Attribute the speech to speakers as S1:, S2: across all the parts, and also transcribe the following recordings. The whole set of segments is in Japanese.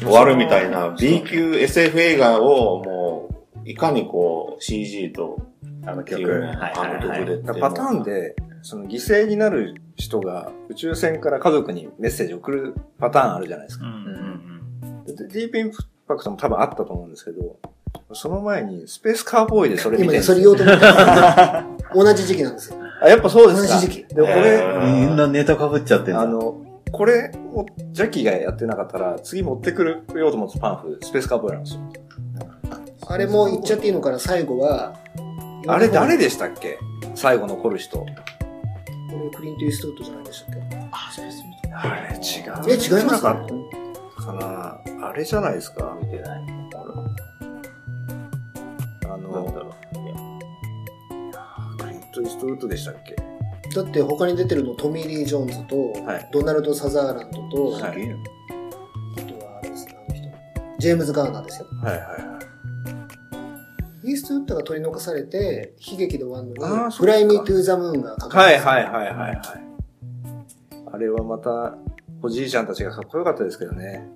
S1: 終わるみたいな B 級 SF 映画をもう、いかにこう CG と、
S2: あの
S1: って
S2: 曲。
S1: い
S2: は
S1: う
S2: い
S1: ねあ
S2: は
S1: の
S2: いは
S1: 曲で
S2: い。
S1: って
S3: だからパターンで、その犠牲になる人が宇宙船から家族にメッセージを送るパターンあるじゃないですか。
S2: うんうん
S3: でディープインパクトも多分あったと思うんですけど、その前にスペースカーボーイでそれ見てるん
S4: 今ね、
S3: です
S4: それ言おうと 思ったんですけど同じ時期なんですよ。
S3: あ、やっぱそうですか。
S4: 同じ時期
S3: で、こ
S1: へ
S3: れ、
S1: ー
S2: みんなネタ被っちゃってん
S3: あ
S2: だ。
S3: の、これをジャッキーがやってなかったら、次持ってくるようと思ってたパンフ、スペースカーボーイなんですよ。
S4: あれも言っちゃっていいのかな、最後は。
S3: あれ誰でしたっけ最後残る人。
S4: これクリント・イーストウッドじゃないでしたっけ
S3: あれ違う。
S4: え、違います
S3: かかなあれじゃないですか。
S2: 見てない。
S3: あ
S1: なんだ
S3: の、
S1: ろう。
S3: クリント・イーストウッドでしたっけ
S4: だって他に出てるのトミー・リー・ジョーンズと、
S3: はい
S4: ドナルド・サザーランドと、
S3: はい
S2: すげえな
S4: あとはあれですね、あの人。ジェームズ・ガーナーですよ。
S3: はいはいはい。
S4: イーストウッドが取り残されて、悲劇で終わる
S3: あ
S4: の
S3: ー
S4: に、
S3: そっか
S4: フライ・ミー・トゥ・ザ・ムーンがかか
S3: は
S4: る
S3: いはいはいはいはい。あれはまた、おじいちゃんたちがかっこよかったですけどね。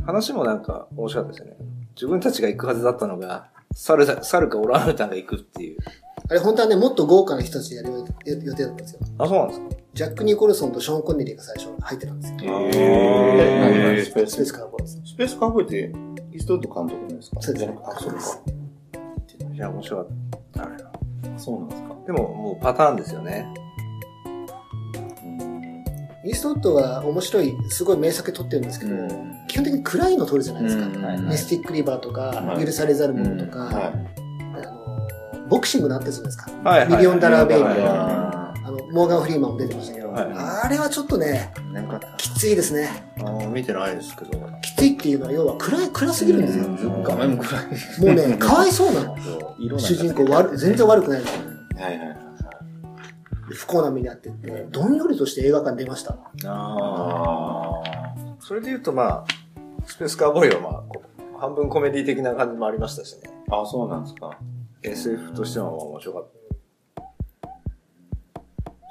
S2: う
S3: 話もなんか面白かったですよね。自分たちが行くはずだったのが、猿だ、猿かオランウータンが行くっていう。
S4: あれ本当はね、もっと豪華な人たちでやる予定だったんですよ。
S3: あ、そうなんですか
S4: ジャック・ニコルソンとショーン・コンネリーが最初入ってたんですよ。
S1: へー
S4: スペーススペースカーボーイズ。
S1: スペースカーボーイって、イーストウッド監督なんですか
S4: そうです
S1: じゃなくてあ、そうです
S3: いや、面白かった。あれな
S1: か。そうなんですか。
S3: でも、もうパターンですよね。
S1: うん
S4: イーストウッドは面白い、すごい名作撮ってるんですけど、基本的に暗いの撮るじゃないですか。
S1: うんはい
S4: ミスティック・リバーとか
S1: は、い
S4: 許されざるものとか、
S1: は
S4: あの、ボクシングなってるじゃないですか。
S3: はいはい。
S4: ミリオンダラーベイビ
S3: はいはい
S4: ー。
S3: は
S4: あの、モーガン・フリーマンも出てましたけど、
S3: はい
S4: あれはちょっとね、
S2: なんかあった
S4: きついですね。
S3: いあー見てないですけど。
S4: きついっていうのは、要は暗い、暗すぎるんですよ。
S2: ずっと画面も暗い。
S4: もうね、かわいそうなの。
S2: 色なんか
S4: 主人公悪、全然悪くないの。
S1: い。はいはい。
S4: 不幸な目にあってって、どんよりとして映画館出ました。
S3: あ
S1: あ
S3: あ。それで言うと、まあ、スペースカーボーイはまあこう、半分コメディ的な感じもありましたしね。
S1: あ。あ、そうなんですか。
S3: SF としては面白かった。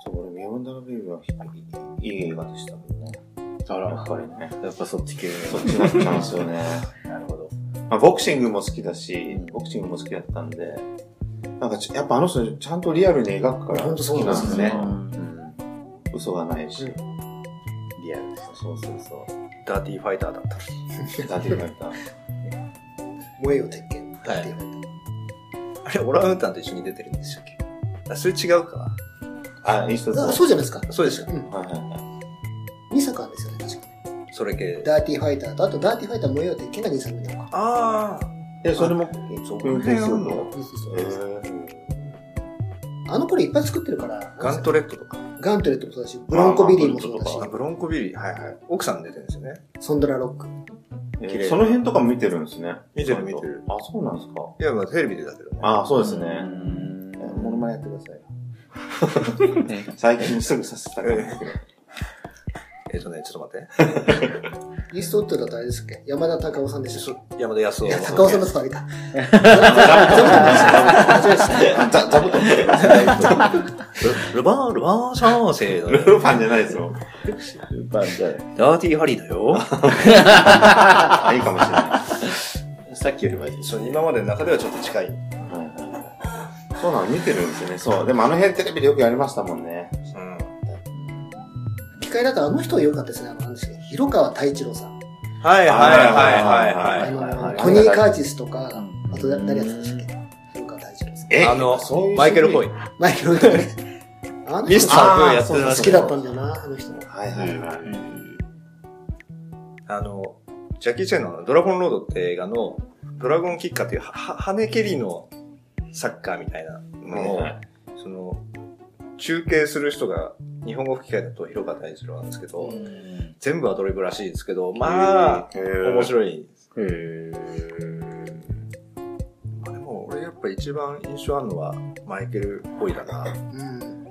S1: そう、俺、ミリオンダラベイビーはいいいい映画でしたけどね。
S2: あら、
S1: やっぱりね。
S2: やっぱそっち系。
S1: そっちだったんですよね。
S2: なるほど。
S1: まあ、ボクシングも好きだし、ボクシングも好きだったんで、なんかちやっぱあの人ちゃんとリアルに描くから
S4: ほん
S1: 好
S4: とそ
S1: き
S4: うな
S1: なん
S4: で
S1: んですす
S4: よ
S1: ね。
S2: うん
S1: 嘘がないし、
S2: リアルですね。そうそうそ
S3: ダーティーファイターだったり。
S1: なんて言われた。
S4: 燃えよ鉄拳って
S3: はい
S4: 言われて。
S3: あれ、オランウータンと一緒に出てるんでしたっけあ、それ違うか
S1: あ、いい人だ。
S4: あそうじゃないですか。
S3: な。そうですよね。
S1: はいはいは
S4: 2作あるんですよね、確かね。
S3: それ系。
S4: ダーティーファイターと、あとダーティーファイター燃えよ鉄拳が2作目なのか。
S3: ああ。
S1: い。で、それも、そこに転する
S3: あ
S1: の。へー
S4: あの頃いっぱい作ってるから、
S3: ガントレットとか。
S4: ガントレットもそうだし、ブロンコビリーもそうだし
S1: あ
S3: あ、、ブロンコビリー。はいはい。奥さん出てるんですよね。
S4: ソンドラロック。
S1: え
S3: 綺麗
S1: ーその辺とかも見てるんですね。
S3: 見てる見てる。
S1: あ、そうなんですか。
S3: いや、まあ テレビでだけどね。
S1: あ、そううで すね。
S2: ん
S1: モノマネやってくださいよ。
S2: ね
S1: 最近すぐさせたから ですけど。
S3: えっ、とね、ちょっと待って。
S4: イーストウッドだとあれですっけ山田隆夫さんでしたっ
S3: 山田康夫。
S4: け隆夫さんのとこあげた。
S1: ザザブトン
S3: ルルバー、ルバー三世の、
S1: ルーパンじゃないですよ。
S2: ルパンじゃない
S3: ダーティーハリーだよ。
S1: あ、いいかもしれない。
S2: さっきよりはいい。
S3: そう、今までの中ではちょっと近い。
S1: はいはいはいそうなの見てるんですよね。そう。でもあの辺テレビでよくやりましたもんね。
S3: うん。
S4: 機械だとあの人良かったですね、あの、なんですけど、広川太一郎さん。
S3: はいはいはいはいは
S4: あ
S3: い。
S4: の、
S2: い
S4: トニー・カーチスとか
S2: う、ん
S4: あと誰誰やってたんでしたっけ広川太一郎さん。
S1: え
S3: あの
S1: そういう、
S3: マイケル・ホイ。
S4: マイケル・ロイドね。あ の
S3: ミス
S4: 人
S3: ター・ホイやって
S1: あー
S3: ま
S4: 好
S3: す
S4: きだったんだよな、あの人も。
S1: はいはいはい。
S3: あの、ジャッキー・チェンのドラゴンロードって映画の、ドラゴンキッカーっていう、は、は羽蹴りのサッカーみたいなのを、
S1: はいはい
S3: その、中継する人が、日本語吹き替えだと広かったりするんですけど、全部はドリブらしいですけど、まあ、
S1: へー
S3: 面白い。
S2: へー
S3: まあでも、俺やっぱ一番印象あるのは、マイケル・ホイだな。
S4: うん。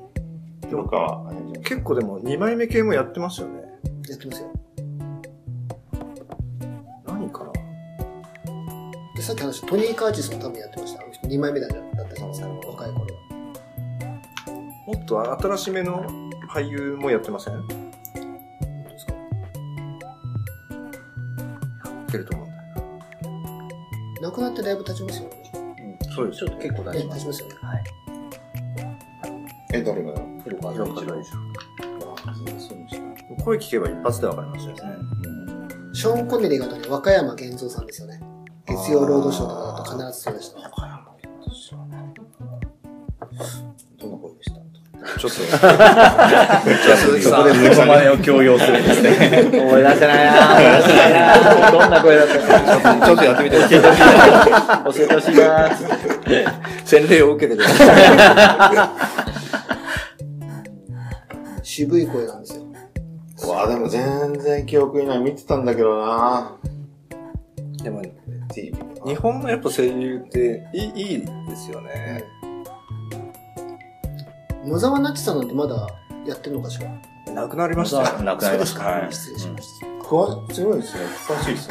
S1: 評価は、あれじ
S3: 結構でも、2枚目系もやってますよね。
S4: やってますよ。
S3: 何かな
S4: で、さっき話したトニー・カーチスも多分やってました。あの人2枚目だったじゃないですか、若い頃は。
S3: もっと新しめの俳優もやってませんやってると思うんだよ
S4: 亡くなってだいぶ経ちますよね。
S3: な。そうです
S2: ちょっと結構大
S4: ね、
S2: 事
S4: 経ちますよね。
S2: はい。
S1: ゃんえ、誰がだ
S2: 広川
S3: 広
S2: 一
S3: 川
S2: 郎
S3: 大
S1: そうでした。
S3: 声聞けば一発でわかりますよね。
S4: ショーン・コネリーがね、和歌山源三さんですよね。月曜ロードショーとかだと必ずそうでした。
S1: 岡山県としてはねどんな声でした
S3: ちょっと。じゃあ鈴木さん。
S2: モノマネを強要するんですね。思い出せないな思い出せないな どんな声だったか。
S3: ちょっとやってみてください。
S2: 教えてほしいな
S3: 洗礼を受けてください。
S4: 渋い声なんですよ。
S1: う わあでも全然記憶にない。見てたんだけどな
S3: でも、
S1: TV
S3: 日本のやっぱ声優っていいいいですよね。
S4: 野沢那智さんなんてまだやってるのかしら。
S3: なくなりましたよ。
S2: なくなりました。
S3: はい
S4: 失礼しました。
S1: 詳しい、強いですね。詳しいです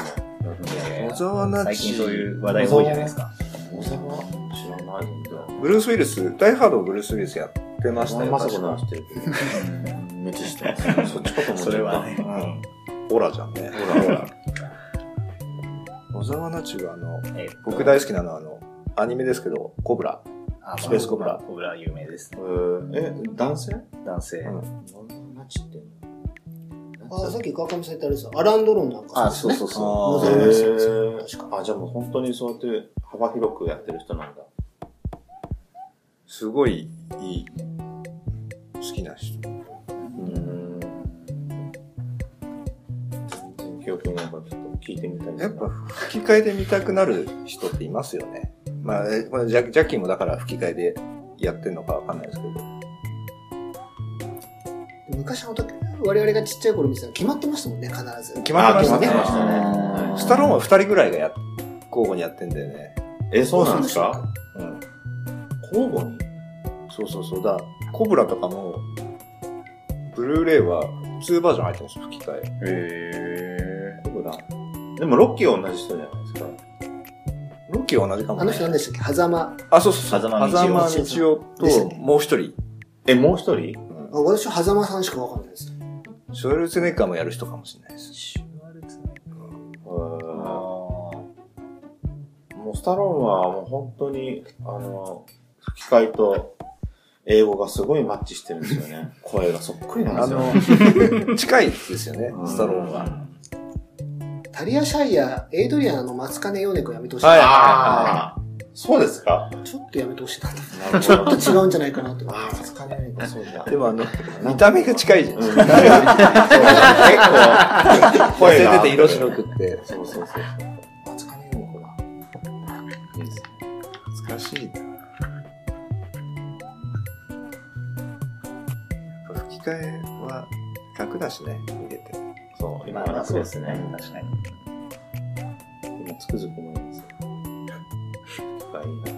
S1: ね。
S3: 野沢那智
S2: 最近そういう話題多いじゃないですか。
S1: お世話知らないんだ。
S3: ブルース・ウィルス、ダイハードをブルース・ウィルスやってましたよ。
S1: まさこ
S3: 確
S1: な
S3: か
S1: してるけど。めっちゃ知ってます。そっちかと思っちゃった。
S2: それはね。
S3: うん。オラじゃんね。
S1: ほらほら。
S3: 野沢那智はあの、
S5: えー
S3: 僕大好きなのはあの、アニメですけど、コブラ。
S5: あ
S3: スペースコブラ
S5: コブラ有名です。
S1: え、男性
S5: 男性。
S3: うん
S1: ナチって
S4: あさっき川上さん言ったあれですよアランドロンなんか
S1: あ、
S4: そ
S1: そうう
S4: です
S1: そ
S4: ね
S1: うそ
S3: あー
S4: そう
S1: う。へ
S4: ですね確
S1: ーあ、じゃあもう本当にそうやって幅広くやってる人なんだ。
S3: すごいいい、好きな人。
S1: うーん。全然記憶にないからちょっと聞いてみたいです
S3: やっぱ吹き替えで見たくなる人っていますよね。まあ、えこれジャジャッキーもだから吹き替えでやってんのかわかんないですけど。
S4: 昔の時我々がちっちゃい頃見てたら決まってましたもんね必ず
S3: 決まってました
S1: あ決まっ
S3: ね
S1: てまし。
S2: あー
S3: スタローンは二人ぐらいがやっ交互にやってんだよね。
S1: え、そうなんですか
S3: うん。
S1: 交互に
S3: そうそうそう。だからコブラとかも、ブルーレイは2バージョン入ってるんですよ、吹き替え。
S1: へ
S3: コブラ。
S1: ーでもロッキーは同じ人じゃないですか。
S3: ロッキーは同じかも、
S4: あの人何でしたっけ狭間
S3: あ、そうそうそう。
S5: 狭間道夫
S3: 狭間道
S4: でし
S3: 夫
S4: た
S3: と、
S4: ね
S3: もう一人。
S1: え、もう一人
S4: あ私は狭間さんしかわかんないです
S3: ショエルツェネッカーもやる人かもしれないです。
S5: シュワルツェネッガー
S1: も
S5: あー
S1: うスタローンはもう本当に、あの、吹き替えと英語がすごいマッチしてるんですよね。声がそっくりなんで
S3: あ
S1: すよ。
S3: の、近いですよね
S1: う、ん
S3: スタローンは。
S4: タリア・シャイやエイドリアンの松金ヨネコやめてほしい、
S3: はい
S1: ああ、そうですか。
S4: ちょっとやめてほ しいな
S1: なるほど。
S4: ちょっと違うんじゃないかなと
S1: ああ、松金玲子そうだ。
S3: でもあの、 見た目が近いじゃん。
S1: うん、そう結構、
S3: 声
S1: 声が
S3: 出て色白くって。
S1: そうそうそう。松金玲子だ。いいですね
S3: 難しいな。やっぱ吹き替えは楽だしね、見れて。
S1: そう、今
S5: まあ、
S1: は
S5: そうですね。確かに。
S1: 今つくづく思いますよ。がいいなって。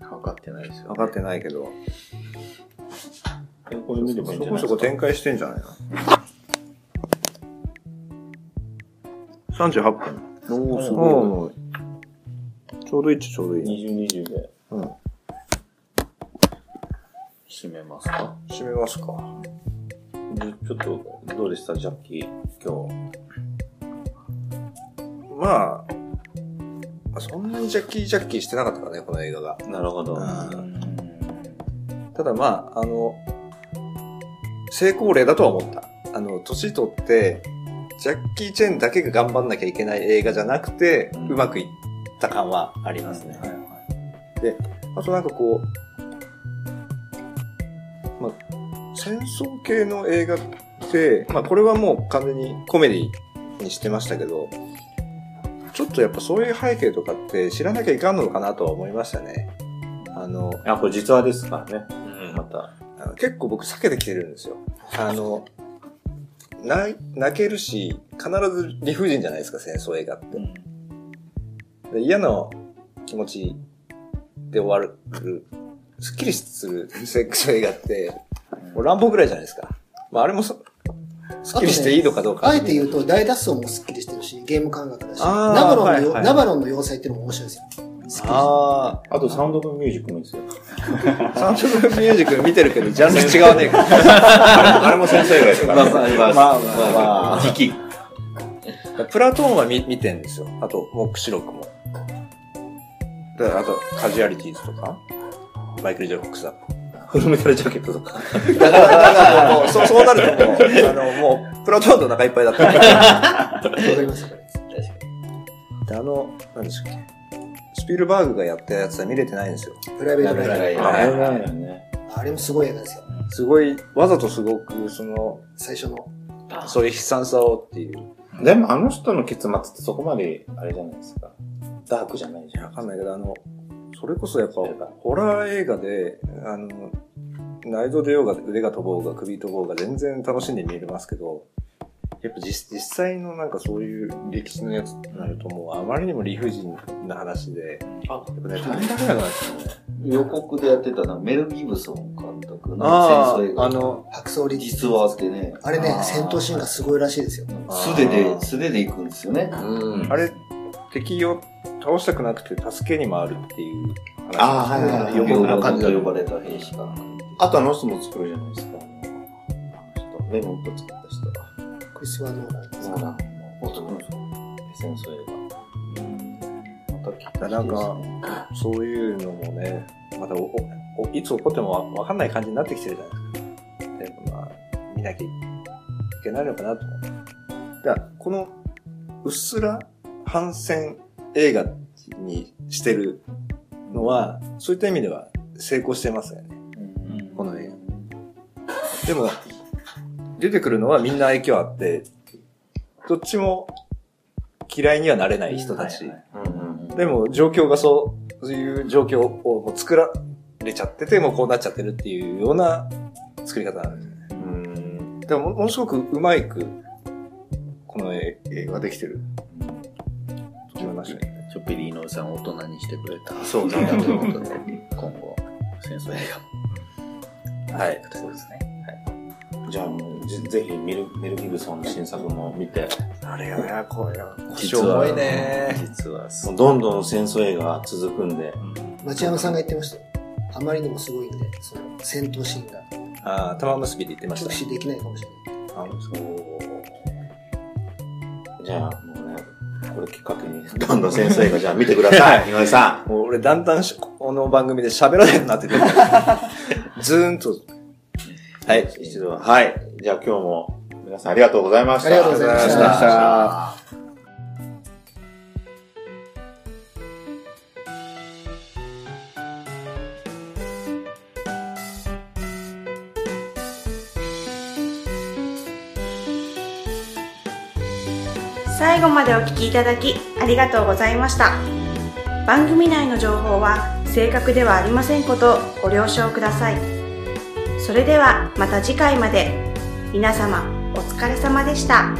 S1: 分かってないですよ。
S3: 分かってないけど。
S1: えこれ見ればいいん
S3: そ
S1: じゃな
S3: こそ
S1: いです
S3: こ
S1: か。
S3: 展開してんじゃないの ?38 分。
S1: おーすい。
S3: おーちょうどいいっちゃちょうどいいね。
S1: 20、20で
S3: うん。
S1: 締めますか。
S3: 締めますか。
S1: ちょっと、どうでしたジャッキー、今日。
S3: まあ、まあそんなにジャッキージャッキーしてなかったからね、この映画が。
S1: なるほど。
S3: ただまあ、あの、成功例だとは思った。あの、年取って、ジャッキー・チェンだけが頑張んなきゃいけない映画じゃなくて、う
S1: うん
S3: まくいった感はありますね。で、あとなんかこう、まあ、戦争系の映画って、まあこれはもう完全にコメディにしてましたけど、ちょっとやっぱそういう背景とかって知らなきゃいかんのかなとは思いましたね。あの、
S1: あ、これ実話ですからね。また。
S3: あの結構僕避けてきてるんですよ。あの、 泣泣けるし、必ず理不尽じゃないですか、戦争映画って。で嫌な気持ちで終わる、すっきりする セックス映画って、もう乱暴ぐらいじゃないですか。まああれもそ、すっきりしていいのかどうか。
S4: あえて言うと、大脱走もスッキリしてるし、ゲーム感覚だし、
S3: あー
S4: ナバロンのよ、
S3: はいはい
S4: ナバロンの要塞っていうのも面白いですよ。
S3: あ
S1: あと、サウンドオブミュージックもいいですよ。
S3: あ、サンドオブミュージック見てるけど、ジャンル違わねえから。
S1: あれも先生がですから。
S3: まあまあまあ
S5: 時期。
S3: プラトーンは見見てんですよ。あと、黙示録も。であと、カジュアリティーズとか、マイクル・ジェフォックスだ。
S1: フルメタルジャケットとか。
S3: だから、だからもう、そう、そうなるともう、あの、もう、プラトーンの中いっぱいだった。
S4: わかりますよ、これ。
S3: であの、なんでしたっけ。スピルバーグがやったやつは見れてないんですよ。
S4: プライベートライ
S5: ライ
S4: ブ。
S5: ブ
S1: あれなんよね。
S4: あれもすごい映画ですよ。
S3: すごい、わざとすごく、その、
S4: 最初の。
S3: そういう悲惨さをっていう。
S1: でも、あの人の結末ってそこまで、あれじゃないですか。ダークじゃないじゃん。
S3: わかんないけど、あの、それこそやっぱ、ホラー映画で、あの、内臓出ようが腕が飛ぼうが首飛ぼうが全然楽しんで見れますけど、やっぱ実実際のなんかそういう歴史のやつになるともうあまりにも理不尽な話で、やっぱね、大変だから
S6: 予告でやってたな、メル・ギブソン監督の
S3: あ
S6: 戦争映
S3: あ、
S6: 画。
S3: あの、
S4: 白装リ
S6: 実はあってね、
S4: あれね
S3: あー、
S4: 戦闘シーンがすごいらしいですよ。
S6: 素手で、素手で行くんですよね。
S3: あれ、敵を倒したくなくて助けに回るっていう話。
S1: あーはいはいはい
S6: 予
S3: 予
S6: 告
S3: 告の感
S6: 感
S3: じ
S6: と呼ばれた兵士が。
S1: あと、あの人も作るじゃないですか。あの人。レモンと作った人。
S4: クリスはノーランです
S1: そうだ
S4: か。
S1: 僕も戦争映
S3: だからなんか、そういうのもね、またおおいつ起こってもわわかんない感じになってきてるじゃないですか。でまあ、見なきゃいけないのかなと思って。だからこの、うっすら反戦映画にしてるのは、そういった意味では成功してますよね。この映画。でも、出てくるのはみんな影響あって、どっちも嫌いにはなれない人たち。
S1: 画。うんうんうん。
S3: でも状況がそう、そういう状況をもう作られちゃってて、もうこうなっちゃってるっていうような作り方なんですね。
S1: うん。
S3: でももものすごくうまく、この絵映画ができてる。思いましたね。
S5: ちょっぴり井上さんを大人にしてくれた。
S3: そう
S5: だということで、 今後、戦争映画も。はい。そうですね。
S1: じゃあもう、ぜぜひメル、メル・ギブソンの新作も見て、
S3: あれがね、こういう
S5: 実
S3: 腰
S5: は
S3: 重いね。
S5: 実は、
S1: もうどんどん戦争映画が続くんで、
S4: 町山さんが言ってましたよ。あまりにもすごいんで、その戦闘シーンが
S3: ああ、玉結びで言ってまし
S4: 直
S3: たね。
S4: 視できないかもしれない。
S3: あ
S1: じゃあもうね、これきっかけに、どんどん戦争映画じゃあ見てください、井上さ
S3: もう俺だんだんしこの番組で喋らなくな ってて、ずーんと。
S1: ん。はい、一度は。はい。じゃあ今日も皆さんありがとうございました。
S4: ありがとうございま
S3: あ
S4: した
S3: りがとうございました
S7: 最後までお聞きいただきありがとうございました番組内の情報は正確ではありませんことをご了承くださいそれではまた次回まで皆様お疲れ様でした。